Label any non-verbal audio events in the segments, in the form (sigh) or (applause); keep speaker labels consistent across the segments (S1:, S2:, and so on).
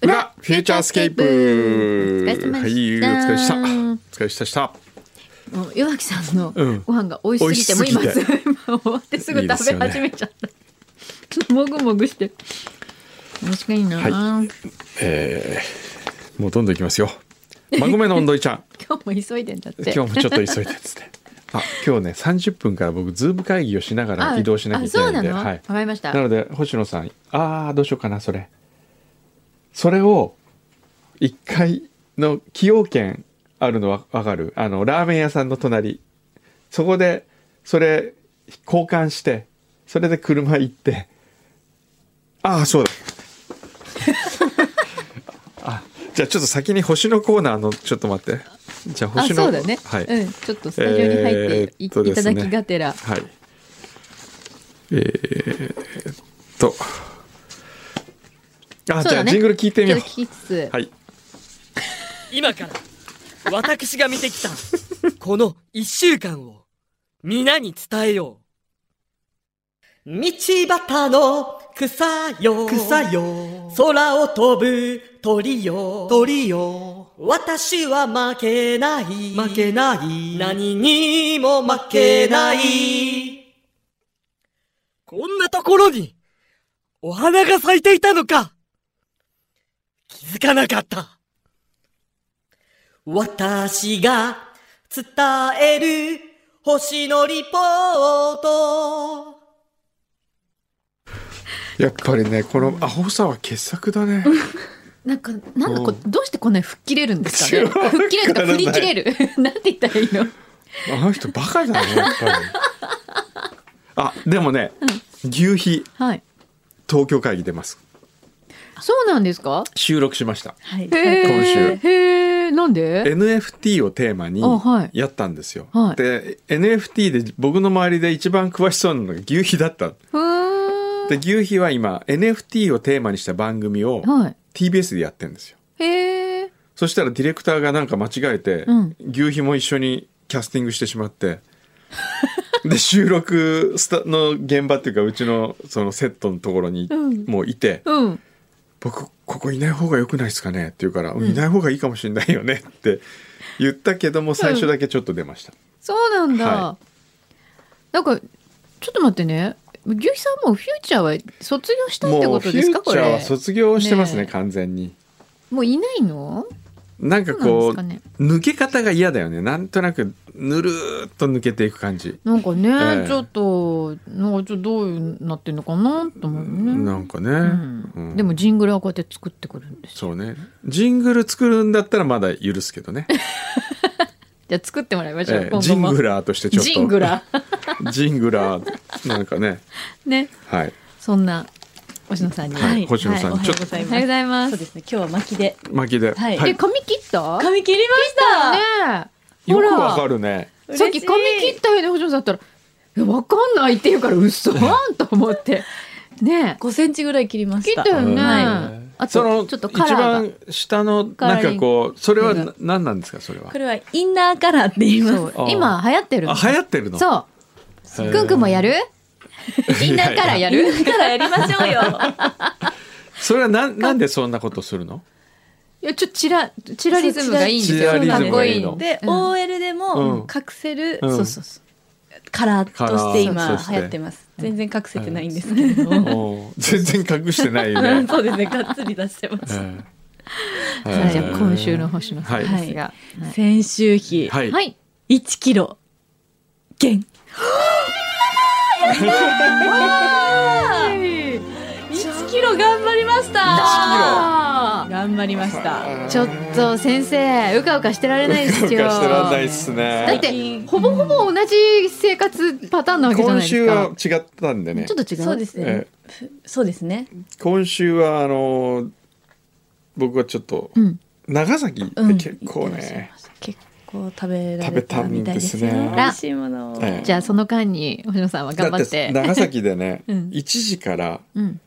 S1: フューチャースケープ
S2: お疲れ様でした
S1: はい、お疲れした。お疲れしたした。
S2: もう岩木さんの
S1: うん
S2: ご飯が美味しすぎて、
S1: 美味
S2: もう
S1: しすぎ
S2: 今 (laughs) 今終わってすぐ
S1: いいです
S2: 食
S1: よ
S2: べ
S1: ね
S2: 始めちゃった。ちょっともぐもぐして。確かにな、
S1: はえー、もうどんどんいきますよ。マゴメの温度いちゃん。
S2: 今日も急 (laughs) いでんだって。
S1: 今日もちょっと急いでですね。あ、今日ね、30分から僕、ズーム会議をしながら
S2: あ
S1: 移動しなきゃいけないんで。
S2: あそうなの
S1: はい
S2: わかりました
S1: なので、星野さん、あー、どうしようかな、それ。それを、1階の崎陽軒あるのわわかるあの、ラーメン屋さんの隣。そこで、それ、交換して、それで車行って、ああ、そうだ。 (laughs) あ、じゃあちょっと先に星のコーナーの、ちょっと待って。じゃあ
S2: あ、
S1: 星の。
S2: そうだね、
S1: はい。
S2: うん、ちょっとスタジオに入ってい,、
S1: えーっとですね
S2: ただきがてら。
S1: はい。えーっと。あ、
S2: そう
S1: じゃ
S2: だ
S1: あ
S2: ね
S1: ジングル聞いてみ
S2: ちょ
S1: よ
S2: っ
S1: う
S2: と。聞きつつ、
S1: はい。
S3: 今から私が見てきたこの一週間を皆に伝えよう。道端の草よ。
S4: 草よ
S3: 空を飛ぶ鳥よ。
S4: 鳥よ
S3: 私は負けない。
S4: 負けない
S3: 何にも負け
S4: け
S3: な。
S4: ない
S3: こんなところに、お花が咲いていたのか気づかなかった。私が伝える星のリポート。
S1: やっぱりね、このアホさは傑作だね。
S2: なんか、なんだこ、
S1: う
S2: どうしてこんなに吹っ切れるんですかね。吹っ切れるとか振り切れる。 (laughs) なんて言ったらいいの
S1: あの人バカだね、やっぱり。 (laughs) あ、でもね、牛皮
S2: はい。
S1: 東京会議出ます。
S2: そうなんですか
S1: 収録しました。
S2: へーへーなんで
S1: NFT をテーマに
S2: あはい
S1: やったんですよ。
S2: はい
S1: で NFT で僕の周りで一番詳しそうなのが牛皮だった。
S2: ふーん。
S1: で牛皮は今 NFT をテーマにした番組を
S2: はい。
S1: TBS でやってるんですよ。
S2: へえ。
S1: そしたらディレクターがなんか間違えて、
S2: うん
S1: 牛皮も一緒にキャスティングしてしまって。 (laughs) で収録スタの現場っていうかうちのそのセットのところに
S2: うん
S1: もういて、
S2: うん。
S1: 僕ここいない方が良くないですかねって言うから、うんいない方がいいかもしれないよねって言ったけども最初だけちょっと出ました、
S2: そうなんだ。
S1: は
S2: なんか、ちょっと待ってね。牛肥さんもフューチャーは卒業したいって
S1: も
S2: こ
S1: うフ
S2: と
S1: ュ
S2: ですか
S1: ー
S2: こ
S1: チャーは
S2: れ。
S1: 卒業してますね
S2: ねえ
S1: 完全に
S2: もういないの
S1: なんかこう
S2: そうなんです
S1: 抜け方が嫌だよねなんとなくぬるーっと抜けていく感じ、
S2: なんかね、
S1: ええ
S2: ちょっと、なんかちょっとどういうなってんのかなと思うね。
S1: なんかね、
S2: うん
S1: うん
S2: でもジングルはこうやって作ってくるんですよ
S1: そうねジングル作るんだったらまだ許すけどね、
S2: (laughs) じゃあ作ってもらいましょう、
S1: ええ
S2: 今後
S1: ジン
S2: も
S1: グラーとしてちょっと
S2: ジングラー
S1: ー (laughs) ジングラーなんかね
S2: (laughs) ね
S1: はい
S2: そんな星野さんに、
S1: はい星野さ
S4: はい、
S1: ん
S4: おは
S1: ちょ
S4: よ
S1: っ
S4: う
S1: と
S4: ござい
S2: おはよ
S4: ます。
S2: うございま
S4: そう
S2: す
S4: ですね、今日は巻きで
S1: 巻きで、
S4: はい
S2: え髪切った
S4: 髪切りまし
S2: ねえ
S1: よく
S2: ほら
S1: わかるね
S4: た。
S2: さっき髪切ったよね、補助さんだったら、いや、わかんないって言うから、嘘と
S1: (laughs)
S2: 思って。ね
S4: 五センチぐらい切りま
S2: え。切
S4: し。
S2: ったたよね。
S1: は
S2: あと、ち
S1: その
S2: ょっとカラーが。
S1: 一番下の
S4: カ
S1: な
S4: ラー
S1: んか
S4: リング
S1: こうそれはな何なんですかそれは
S4: これはインナーカラーって言います。
S2: そう
S1: あ。
S2: 今流行ってるの。
S1: あ流行ってるの
S2: そう。
S1: へえ
S2: くんくんも
S1: (laughs)
S2: やるインナーカラーやる
S4: インナーカラーやりましょうよ。
S1: それはなんなんでそんなことするの
S2: いや、ちょ、チラ、チラリズムがいいんですよ。
S1: チラリ
S2: か
S1: ズ
S2: っ
S1: ム
S2: こ
S1: が
S2: い
S1: い
S2: い
S1: い
S2: の
S1: の。
S4: で、
S2: うん
S4: OL で
S1: うん
S4: も隠せる、
S1: うん
S4: そうそうそう。カラーとして
S1: カラー
S4: 今
S1: として
S4: 流行ってます。全然隠せてないんですけど。
S1: おー全然隠してないよ
S2: (laughs)
S4: (laughs)
S1: ね。
S4: そうですね、がっつり出してます。
S2: さあじゃあ、今週の
S1: は
S2: 星野さん
S1: はい
S2: ですが。
S4: 先週比
S1: い、、
S2: はい
S1: (laughs)
S2: い。
S4: 1キロ減。1キロ頑張りました。
S2: あ
S4: 頑張りました。
S2: ーちょっと先生、うかうかしてられないですよ。
S1: してらんないっす
S2: だっ
S1: ね。
S2: てほぼほぼ同じ生活パターンなわけじゃ
S1: 今
S2: ないで
S1: 週
S2: す
S1: は
S2: か。
S1: 違ったんでね
S2: ちょ。っと違う。
S4: そうですね
S1: え。
S4: そうですね。
S1: 今週はあのー僕はちょっと
S2: うん。
S1: 長崎って
S4: うん
S1: 結構
S4: 行ってらっしゃい
S1: ね
S4: ま、した結構食べられたみたいですよ
S1: 食べたんですね
S4: 美味しいものを。
S1: ええ
S2: じゃあその間に星野さんは頑張っ
S1: だって
S2: て。
S1: 長崎でね、
S2: (laughs) うん
S1: 1時から
S2: うん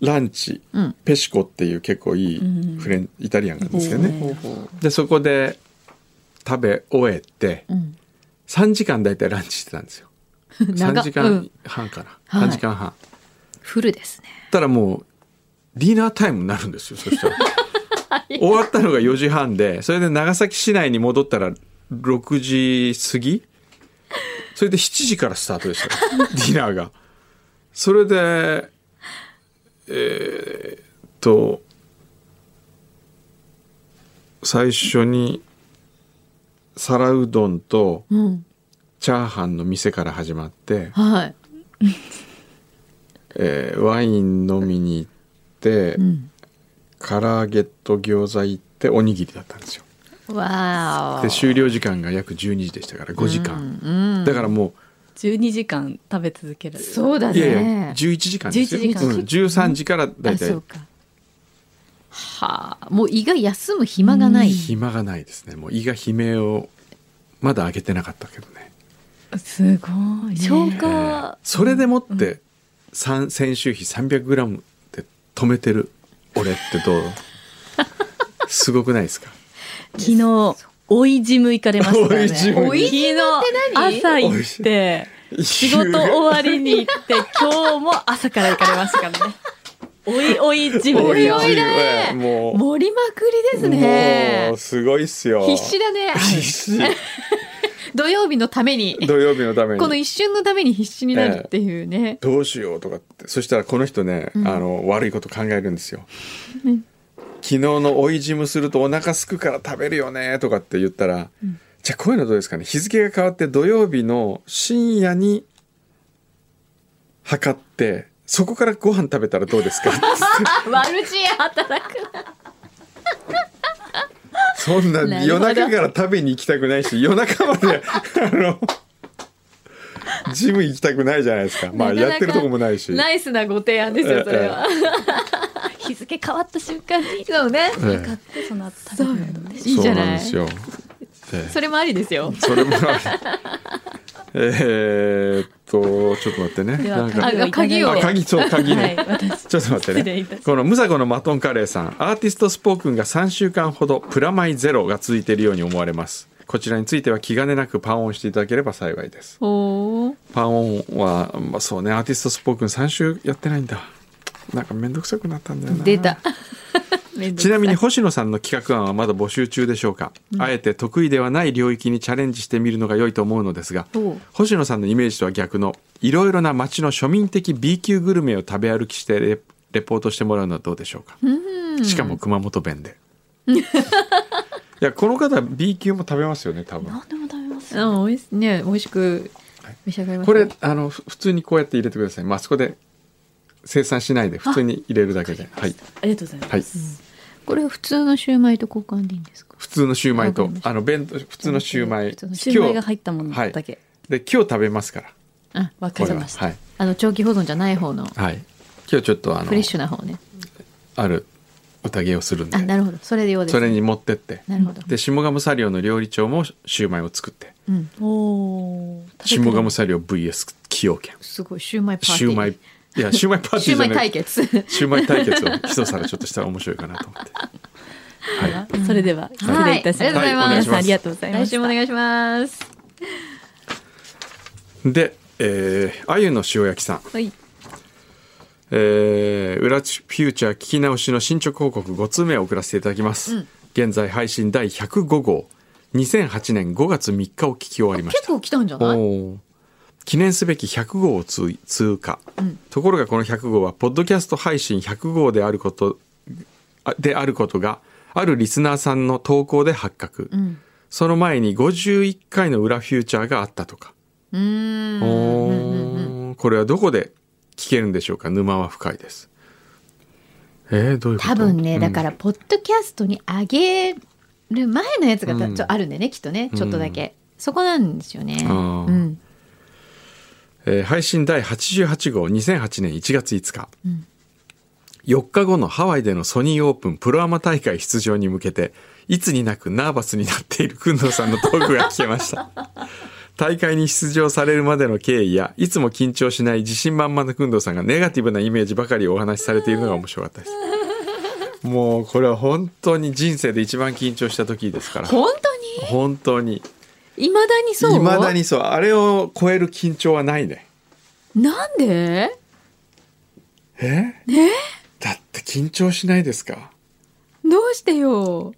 S1: ランチ
S2: うん
S1: ペシコっていう結構いいフレン、イタリアンなんですけどね。でそこで食べ終えて
S2: うん。
S1: 3時間大体ランチしてたんですよ。3時
S2: う
S1: 間
S2: ん
S1: 半か
S2: は
S1: な、
S2: い
S1: 3時間半。
S2: フルですね。
S1: たらもうディナータイムになるんですよそしたら終わったのが4時半でそれで長崎市内に戻ったら6時過ぎそれで7時からスタートでしたよディナーがそれでえーっと最初に皿うどんと
S2: うん。
S1: チャーハンの店から始まって、
S2: はい。
S1: えーワイン飲みに行って、
S2: ん
S1: 唐揚げと餃子行っておにぎりだったんですよ
S2: わ
S1: で
S2: ー
S1: 終了時間が約12時でしたから5時間、
S2: お。うん。
S1: だからも
S4: 12時間食べ続ける
S2: そうだ
S1: ういやいや
S2: ね。
S1: 11時間ですよ、
S4: 11時間
S1: うん、13時からだい
S2: あ、
S1: た
S2: そう
S1: い
S2: か。はあ、もう胃が休む暇がない。
S1: 暇がないですねもう胃が悲鳴をまだ開けてなかったけどね
S4: すごい、ね、
S2: 消
S1: え
S4: 化
S1: ーそれでもって、さん先週比 300g で止めてる俺って
S2: (laughs)
S1: どうすごくないですか
S4: 昨日追いジム行かれまし
S1: (laughs)
S4: た
S1: 追
S4: ね
S1: いジム
S4: 昨日朝行って仕事終わりに行って今日も朝から行かれましたからね追い追いジム
S1: お
S2: 追
S1: い
S2: お
S1: お
S2: い
S1: い
S2: だね
S1: もう
S2: 盛りまくりですね
S1: もう。すごいっすよ
S2: 必死だね。
S1: 必死 (laughs)
S2: (laughs) 土曜日のために。
S1: 土曜日のため
S2: この
S1: に
S2: 一瞬のために必死になるっていうね。
S1: どうしようとかってそしたらこの人ね、
S2: うん
S1: あの悪いこと考えるんですよ昨日の追いジムするとお腹すくから食べるよねとかって言ったら、じゃあこういうのどうですかね日付が変わって土曜日の深夜に測ってそこからご飯食べたらどうですか
S2: (laughs) 悪知恵働く。
S1: そんな
S2: なる
S1: 夜
S2: ほど
S1: 中から食べに行きたくないし夜中まであのジム行きたくないじゃないですかまあ
S2: なかなか
S1: やってるとこもないし
S2: ナイスなご提案ですよ、それ (laughs) は。
S4: 日付変わった瞬間に
S2: そうね。
S1: え
S4: 買ってその後食べ
S2: そう
S4: る
S2: よ
S4: の
S2: ね。いい
S1: え
S2: じ
S1: そう
S2: ゃ
S1: なんで
S2: ない。
S1: す
S2: そ
S1: よ、え
S2: れもありですよ
S1: え。それもある (laughs) えーっとちょっと待ってね
S4: で
S1: な
S4: は
S1: んか
S4: をいただいて
S2: あ
S1: あ鍵そう鍵ね、
S4: はい私
S1: ちょっと待って
S4: 失礼
S1: ね
S4: いたしまし。た
S1: このムサコのマトンカレーさん、アーティストスポークンが3週間ほどプラマイゼロが続いているように思われます。こちらについては気兼ねなくパンオンしていただければ幸いです。
S2: ほ
S1: パンオンは、まあ、そうね、アーティストスポークン3週やってないんだ。なんかめんどくさくなったんだよな。
S2: う。出た。めんどくさ
S1: ち
S2: い
S1: なみに星野さんの企画案はまだ募集中でしょうか、あえて得意ではない領域にチャレンジしてみるのが良いと思うのですが
S2: おう
S1: 星野さんのイメージとは逆のいろいろな街の庶民的 B 級グルメを食べ歩きしてレレポートしてもらうのはどうでしょうかしかも熊本弁 (laughs) でいやこの方 B 級も食べますよね多分
S4: 何でも食べますよ
S2: うん、おいしね、美味しく召し上がりまし
S1: こ
S2: た
S1: れあのふ普通にこうやって入れてくださいまあそこで生産しないで普通に入れるだけではい、
S4: ありがとうございます、
S1: はい、
S2: これ普通のシューマイと交換でいいんですか。
S1: 普通のシューマイ
S2: わ
S1: と
S2: かりました
S1: あの弁当普通のシューマイ
S2: 普通の
S4: シュウマイが入ったものだけ、
S1: で今日食べますから
S2: あ、
S4: わ
S1: こ
S4: か
S1: れ
S4: り
S1: は
S4: ました、
S1: はい、
S2: あの長期保存じゃない方の
S1: はい、今日ちょっとあの
S2: フレッシュな方ね。
S1: ある宴をするんで
S2: あ、なるほど。それでようです。
S1: それに持ってって
S2: なるほど。
S1: で下鴨サリオの料理長もシューマイを作って
S2: うん。
S4: おー
S1: 下鴨サリオ VS 崎陽軒
S2: すごいシューマイパーティー。
S1: シューマイい
S2: (laughs)
S1: やシューマイパーテ
S2: シ
S1: ィ
S2: ュ
S1: ー
S2: ー
S1: じ
S2: マ
S1: ゃ
S2: イ
S1: な
S2: 対
S1: い
S2: 決。
S1: シューマイ対決を一皿ちょっとしたら面白いかなと思っては
S4: それでは失礼いたします。
S2: はいあ
S4: 皆
S2: りがとうございます
S4: さんありがとうございま
S2: (laughs) 来
S4: す。
S2: 週もお願いします。
S1: いでえー、あゆの塩焼きさん
S2: はい。
S1: えー、ウラチフューチャー聞き直しの進捗報告5通目を送らせていただきます、現在配信第105号2008年5月3日を聞き終わりまし
S2: 結
S1: た
S2: 構来たんじゃ
S1: お
S2: ない？
S1: ー記念すべき100号を通通過、ところがこの100号はポッドキャスト配信100号であることあであることがあるリスナーさんの投稿で発覚、
S2: ん
S1: その前に51回の裏フューチャーがあったとか
S2: うーん。
S1: おーこれはどこで聞けるんでしょうか沼は深いですえー、どういうこと、
S2: 多分ね、だかららポッドキャストに上げる前のやつがた
S1: うん
S2: ちょあるんでね、きっとね、ちょっとだけ。そこなんですよね。う
S1: あー
S2: ん。
S1: えー配信第88号2008年1月5日、4日後のハワイでのソニーオープンプロアマ大会出場に向けていつになくナーバスになっている工藤さんのトークが聞けました
S2: (laughs)
S1: 大会に出場されるまでの経緯やいつも緊張しない自信満々の工藤さんがネガティブなイメージばかりお話しされているのが面白かったですもうこれは本当に人生で一番緊張した時ですから
S2: 本当に？
S1: 本当に
S2: いまだにそう？
S1: いまだにそうあれを超える緊張はないね
S2: なんで？
S1: えだって緊張しないですか
S2: ねどうしてよ。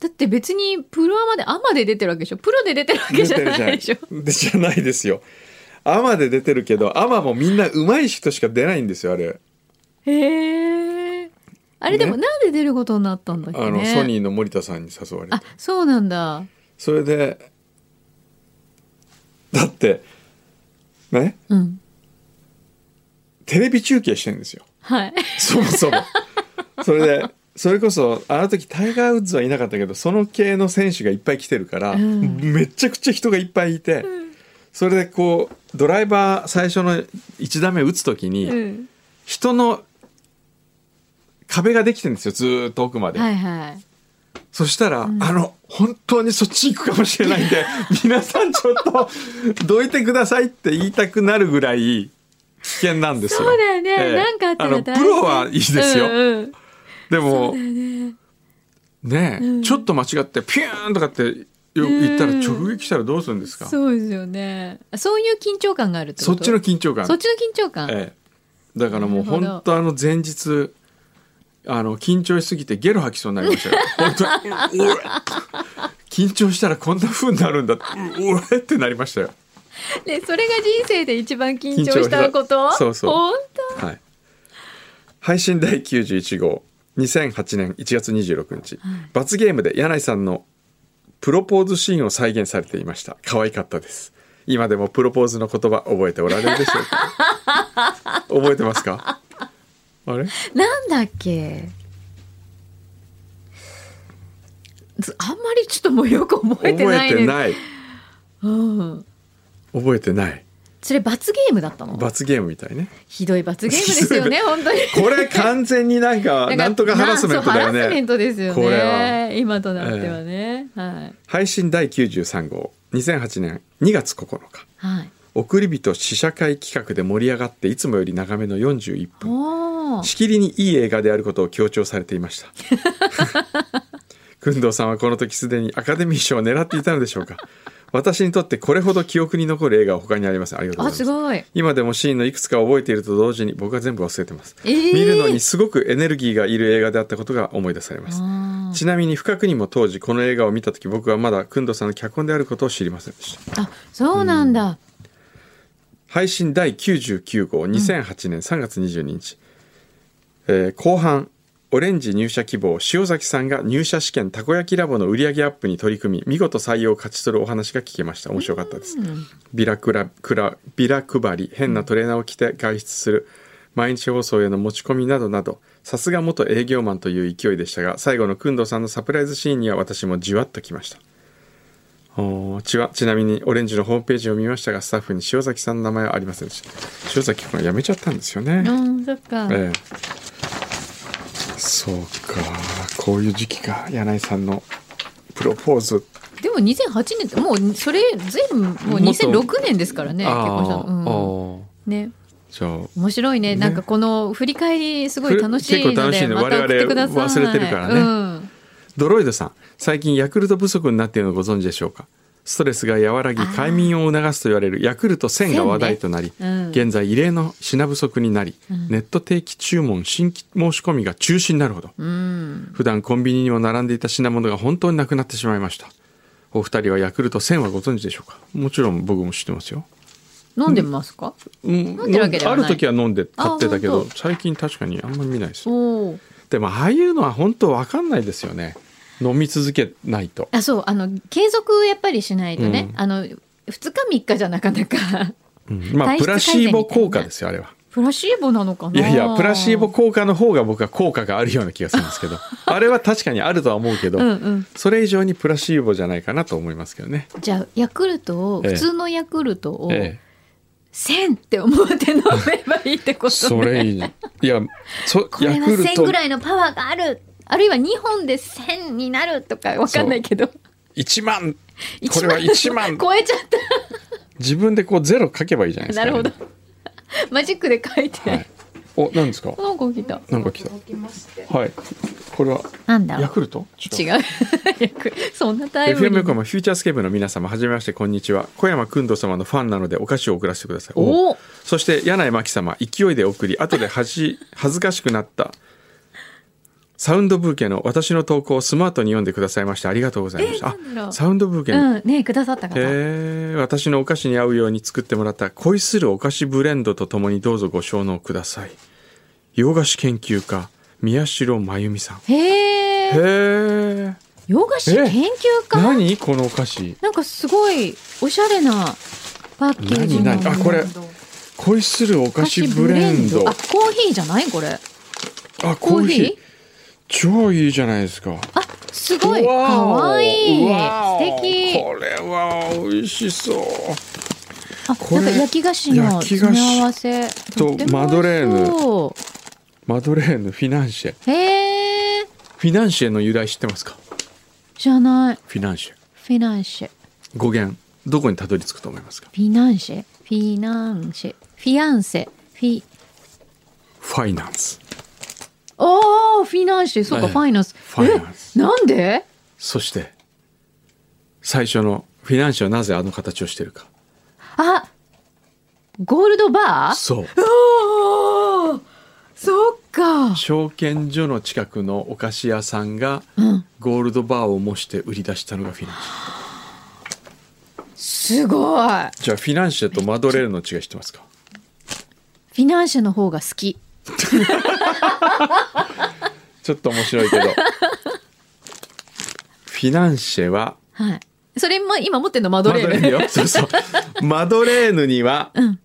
S2: だって別にプロアマでアマで出てるわけでしょプロで出てるわけ (laughs) じゃないでしょ
S1: でじゃないですよアマで出てるけどアマもみんな上手い人しか出ないんですよあれ
S2: へえ。あれでも
S1: ね
S2: なんで出ることになったんだっけね。
S1: あのソニーの森田さんに誘われて
S2: あそうなんだ。
S1: それでだってね
S2: うん。
S1: テレビ中継してるんですよ (laughs)
S4: はい。
S1: そもそもそれでそれこそあの時タイガー・ウッズはいなかったけどその系の選手がいっぱい来てるから、
S2: うん
S1: めちゃくちゃ人がいっぱいいて、それでこうドライバー最初の1打目打つ時に、
S4: うん。
S1: 人の壁ができてるんですよずーっと奥まで、
S2: はいはい。
S1: そしたら、あの本当にそっち行くかもしれないん
S2: (laughs)
S1: で皆さんちょっとどいてくださいって言いたくなるぐらい危険なんですよ
S2: そうだよね
S1: ええ
S2: なんかあったら
S1: あのプ
S2: 大変
S1: ロはいいですよ、
S4: うんうん
S1: でもねえ、ちょっと間違ってピューンとかってよ言ったら直撃したらどうするんですか、
S2: そうですよね。そういう緊張感があるって
S1: そ
S2: こ
S1: っ
S2: と。
S1: ちの緊張感
S2: そっちの緊張感。
S1: ええ、だからもう
S2: なるほど
S1: 本当あの前日あの緊張しすぎてゲロ吐きそうになりま
S2: (laughs)
S1: したよ本当にうおえ緊張したらこんな風になるんだうおえってなりましたよ
S2: ねそれが人生で一番緊張
S1: 緊張し
S2: し
S1: た
S2: たこと。
S1: そうそう
S2: 本
S1: はい配信第91号2008年1月26日、罰ゲームで柳井さんのプロポーズシーンを再現されていました可愛かったです今でもプロポーズの言葉覚えておられるでしょうか
S2: (laughs)
S1: 覚えてますかあれ
S2: 当。なんだっけ。ずあんまりちょっともうよく覚えてな
S1: 覚
S2: いね。
S1: えてない
S2: うん。
S1: 覚えてない
S2: それ罰ゲームだったの。
S1: 罰ゲームみたいね
S2: ひどい罰ゲームで
S1: (laughs)
S2: すよね、本当に。
S1: これ完全になん
S2: (laughs)
S1: かなんとかハラスメントだよ
S2: そうハラスメン
S1: ね
S2: トですよね。
S1: これは
S2: 今となってはね。はい。
S1: 配信第93号2008年2月9日
S2: はい。
S1: 送り人試写会企画で盛り上がっていつもより長めの41分
S2: おー
S1: しきりにいい映画であることを強調されていました工藤さんはこの時すでにアカデミー賞を狙っていたのでしょうか私にとってこれほど記憶に残る映画は他にありませんありがとうご
S2: あ、
S1: ざいます
S2: すごい。
S1: 今でもシーンのいくつか覚えていると同時に僕は全部忘れてます、
S2: えー
S1: 見るのにすごくエネルギーがいる映画であったことが思い出されます
S2: あ
S1: ちなみに不覚にも当時この映画を見た時僕はまだ工藤さんの脚本であることを知りませんでした
S2: ーあ、そうなんだ。
S1: 配信第99号2008年3月22日、えー後半オレンジ入社希望塩崎さんが入社試験たこ焼きラボの売り上げアップに取り組み見事採用を勝ち取るお話が聞けました面白かったですビラクラクラビラ配り変なトレーナーを着て外出する毎日放送への持ち込みなどなどさすが元営業マンという勢いでしたが最後の工藤さんのサプライズシーンには私もじわっときましたおーちわちなみにオレンジのホームページを見ましたがスタッフに塩崎さんの名前はありませんでした塩崎君は辞めちゃったんですよ
S2: (laughs)
S1: ね、
S2: うん、そっか。
S1: ええ、そうかこういう時期か柳井さんのプロポーズ、
S2: でも2008年って、もうそれ、ずいぶん、もう2006年ですからね、結
S1: あ
S2: 婚した
S1: ー
S2: の。
S1: あー
S2: うん。ね。
S1: じゃあ
S2: 面白いね
S1: ね
S2: なんかこの振り返りすごい楽しい
S1: 結構
S2: の
S1: 楽しい
S2: で
S1: ね
S2: また送ってください
S1: 我々忘れてるからね
S2: うん、
S1: ドロイドさん最近ヤクルト不足になっているのご存知でしょうかストレスが和らぎ
S2: あー
S1: 快眠を促すと言われるヤクルト1000が話題となり、
S2: 1000ねうん
S1: 現在異例の品不足になり、
S2: ん
S1: ネット定期注文新規申し込みが中止になるほど、
S2: うん、
S1: 普段コンビニにも並んでいた品物が本当になくなってしまいましたお二人はヤクルト1000はご存知でしょうかもちろん僕も知ってますよ、
S2: 飲んでますか、
S1: うん、
S2: 飲んでるわけでは
S1: あ
S2: ない
S1: る時は飲んで買ってたけ
S2: あ
S1: ど
S2: 本当
S1: 最近確かにあんまり見ないです
S2: おお
S1: でもああいうのは本当わかんないですよね飲み続けないと
S2: あそうあの継続やっぱりしないとね、
S1: う
S2: あの2日3日じゃなか
S1: (laughs)
S2: なか
S1: うんまあ
S2: 体質改善
S1: プラシーボ効果ですよあれは
S2: プラシーボなのかない
S1: いやいやプラシーボ効果の方が僕は効果があるような気がするんです
S2: (laughs)
S1: けどあれは確かにあるとは思うけど、
S2: うんうん
S1: それ以上にプラシーボじゃないかなと思いますけどね、
S2: じゃあヤクルトを
S1: ええ
S2: 普通のヤクルトを
S1: ええ、
S2: 1000って思って飲めばいいってことね
S1: それ以上いやそ
S2: これは
S1: ヤクル
S2: 1000
S1: ト
S2: ぐらいのパワーがあるあるいは2本で1000になるとかわかんないけど
S1: 1万これは1万
S2: (laughs) 超えちゃった
S1: 自分でこうゼロ書けばいいじゃないですか
S2: な
S1: ね、
S2: るほど。マジックで書いて。
S1: はい、お何ですか
S2: なんか来た。
S1: なんか来たはいこれは
S2: なんだろ
S1: ヤ
S2: う。
S1: クルト違う
S2: 違う。 (laughs) ヤクそんなタイム
S1: FM
S2: リー。
S1: 横浜フューチャースケープの皆様はじめましてこんにちは小山君堂様のファンなのでお菓子を送らせてください
S2: おお。
S1: そして柳井真紀様勢いで送り後で恥恥ずかしくなったサウンドブーケの私の投稿をスマートに読んでくださいましてありがとうございました。
S2: なんだろ
S1: あ
S2: う
S1: サウンドブーケの、
S2: うん、ねくださった方。
S1: えー私のお菓子に合うように作ってもらった恋するお菓子ブレンドとともにどうぞご承納ください。洋菓子研究家、宮代真由美さん。
S2: へ
S1: へ
S2: え。
S1: え。
S2: 洋菓子
S1: え
S2: 研究家
S1: 何このお菓子。
S2: なんかすごいおしゃれなパッケージの。
S1: 何何あこれ恋するお菓子ブレンド。
S2: あ、コーヒーじゃないこれ。
S1: あ、
S2: コ
S1: コ
S2: ー
S1: ー
S2: ヒ
S1: ヒ
S2: ー
S1: ー。超いいじゃないですか。
S2: あ、すごい。
S1: うわ
S2: か
S1: お
S2: わいい。
S1: うわ
S2: 素
S1: お
S2: 敵。
S1: これは美味しそう。
S2: あ、
S1: こ
S2: な
S1: れ
S2: んか焼き菓子の
S1: 焼き
S2: 詰
S1: 菓子
S2: め合わせ。
S1: と
S2: っても
S1: マドレーヌ
S2: 美味しそ
S1: マドレーヌフィナンシェ。
S2: う。へえ。
S1: フィナンシェの由来知ってますか。
S2: じゃない。
S1: フィナンシェ。
S2: フィナンシェ。
S1: 語源。どこにたどり着くと思いますか。
S2: フィナンシェ。フィナンシェ。フィアンセ。フィ。
S1: ファイナンス。
S2: ああ、フィナンシェ。そうか、
S1: ええ
S2: ファイナンス。
S1: ファイナンス
S2: え、なんで
S1: そして。最初のフィナンシェはなぜあの形をしているか。
S2: あ、ゴールドバー
S1: そう。
S2: おーそっか。
S1: 証券所の近くのお菓子屋さんが。
S2: うん。
S1: ゴールドバーを模して売り出したのがフィナンシェ。
S2: すごい。フ
S1: じゃあフィナンシェとマドレーヌの違い知ってますか。
S2: ィナンシェの方が好き。
S1: ちょっと面白いけ
S2: (laughs)
S1: ど。フィナンシェは
S2: はい。それも今持ってんのマド
S1: マ
S2: レ
S1: ド
S2: ー
S1: レ
S2: ヌ。
S1: ーヌ
S2: (laughs)
S1: よ。そうそう。マドレーヌには
S2: うん。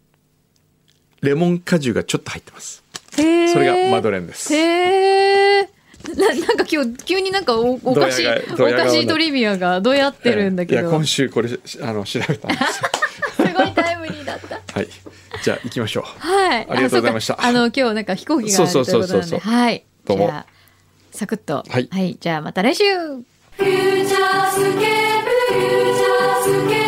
S1: レモン果汁がちょっと入ってます。
S2: へえ。
S1: それがマドレーヌです。
S2: へえ。な (laughs) なんか今日急になんかおおかしい
S1: ドヤ
S2: お
S1: 顔ドヤ顔
S2: かしいトリビアがどうやってるんだけ
S1: いや
S2: ど、
S1: 今
S2: (laughs)
S1: 週これしあの調べたんですよ。
S2: すごいタイムリーだった。
S1: はい。じゃあ行きましょう。
S2: はい。
S1: ありがとうございました
S2: そうかあ (laughs) の、今日なんか飛行機があると
S1: そ
S2: いう
S1: うそう
S2: こ
S1: そう
S2: と
S1: そう
S2: なんで。はい。
S1: どうも
S2: じゃあ、サクッと。
S1: はい
S2: はい。じゃあ、また来週
S5: 「フューチャースケープフューチャースケープル」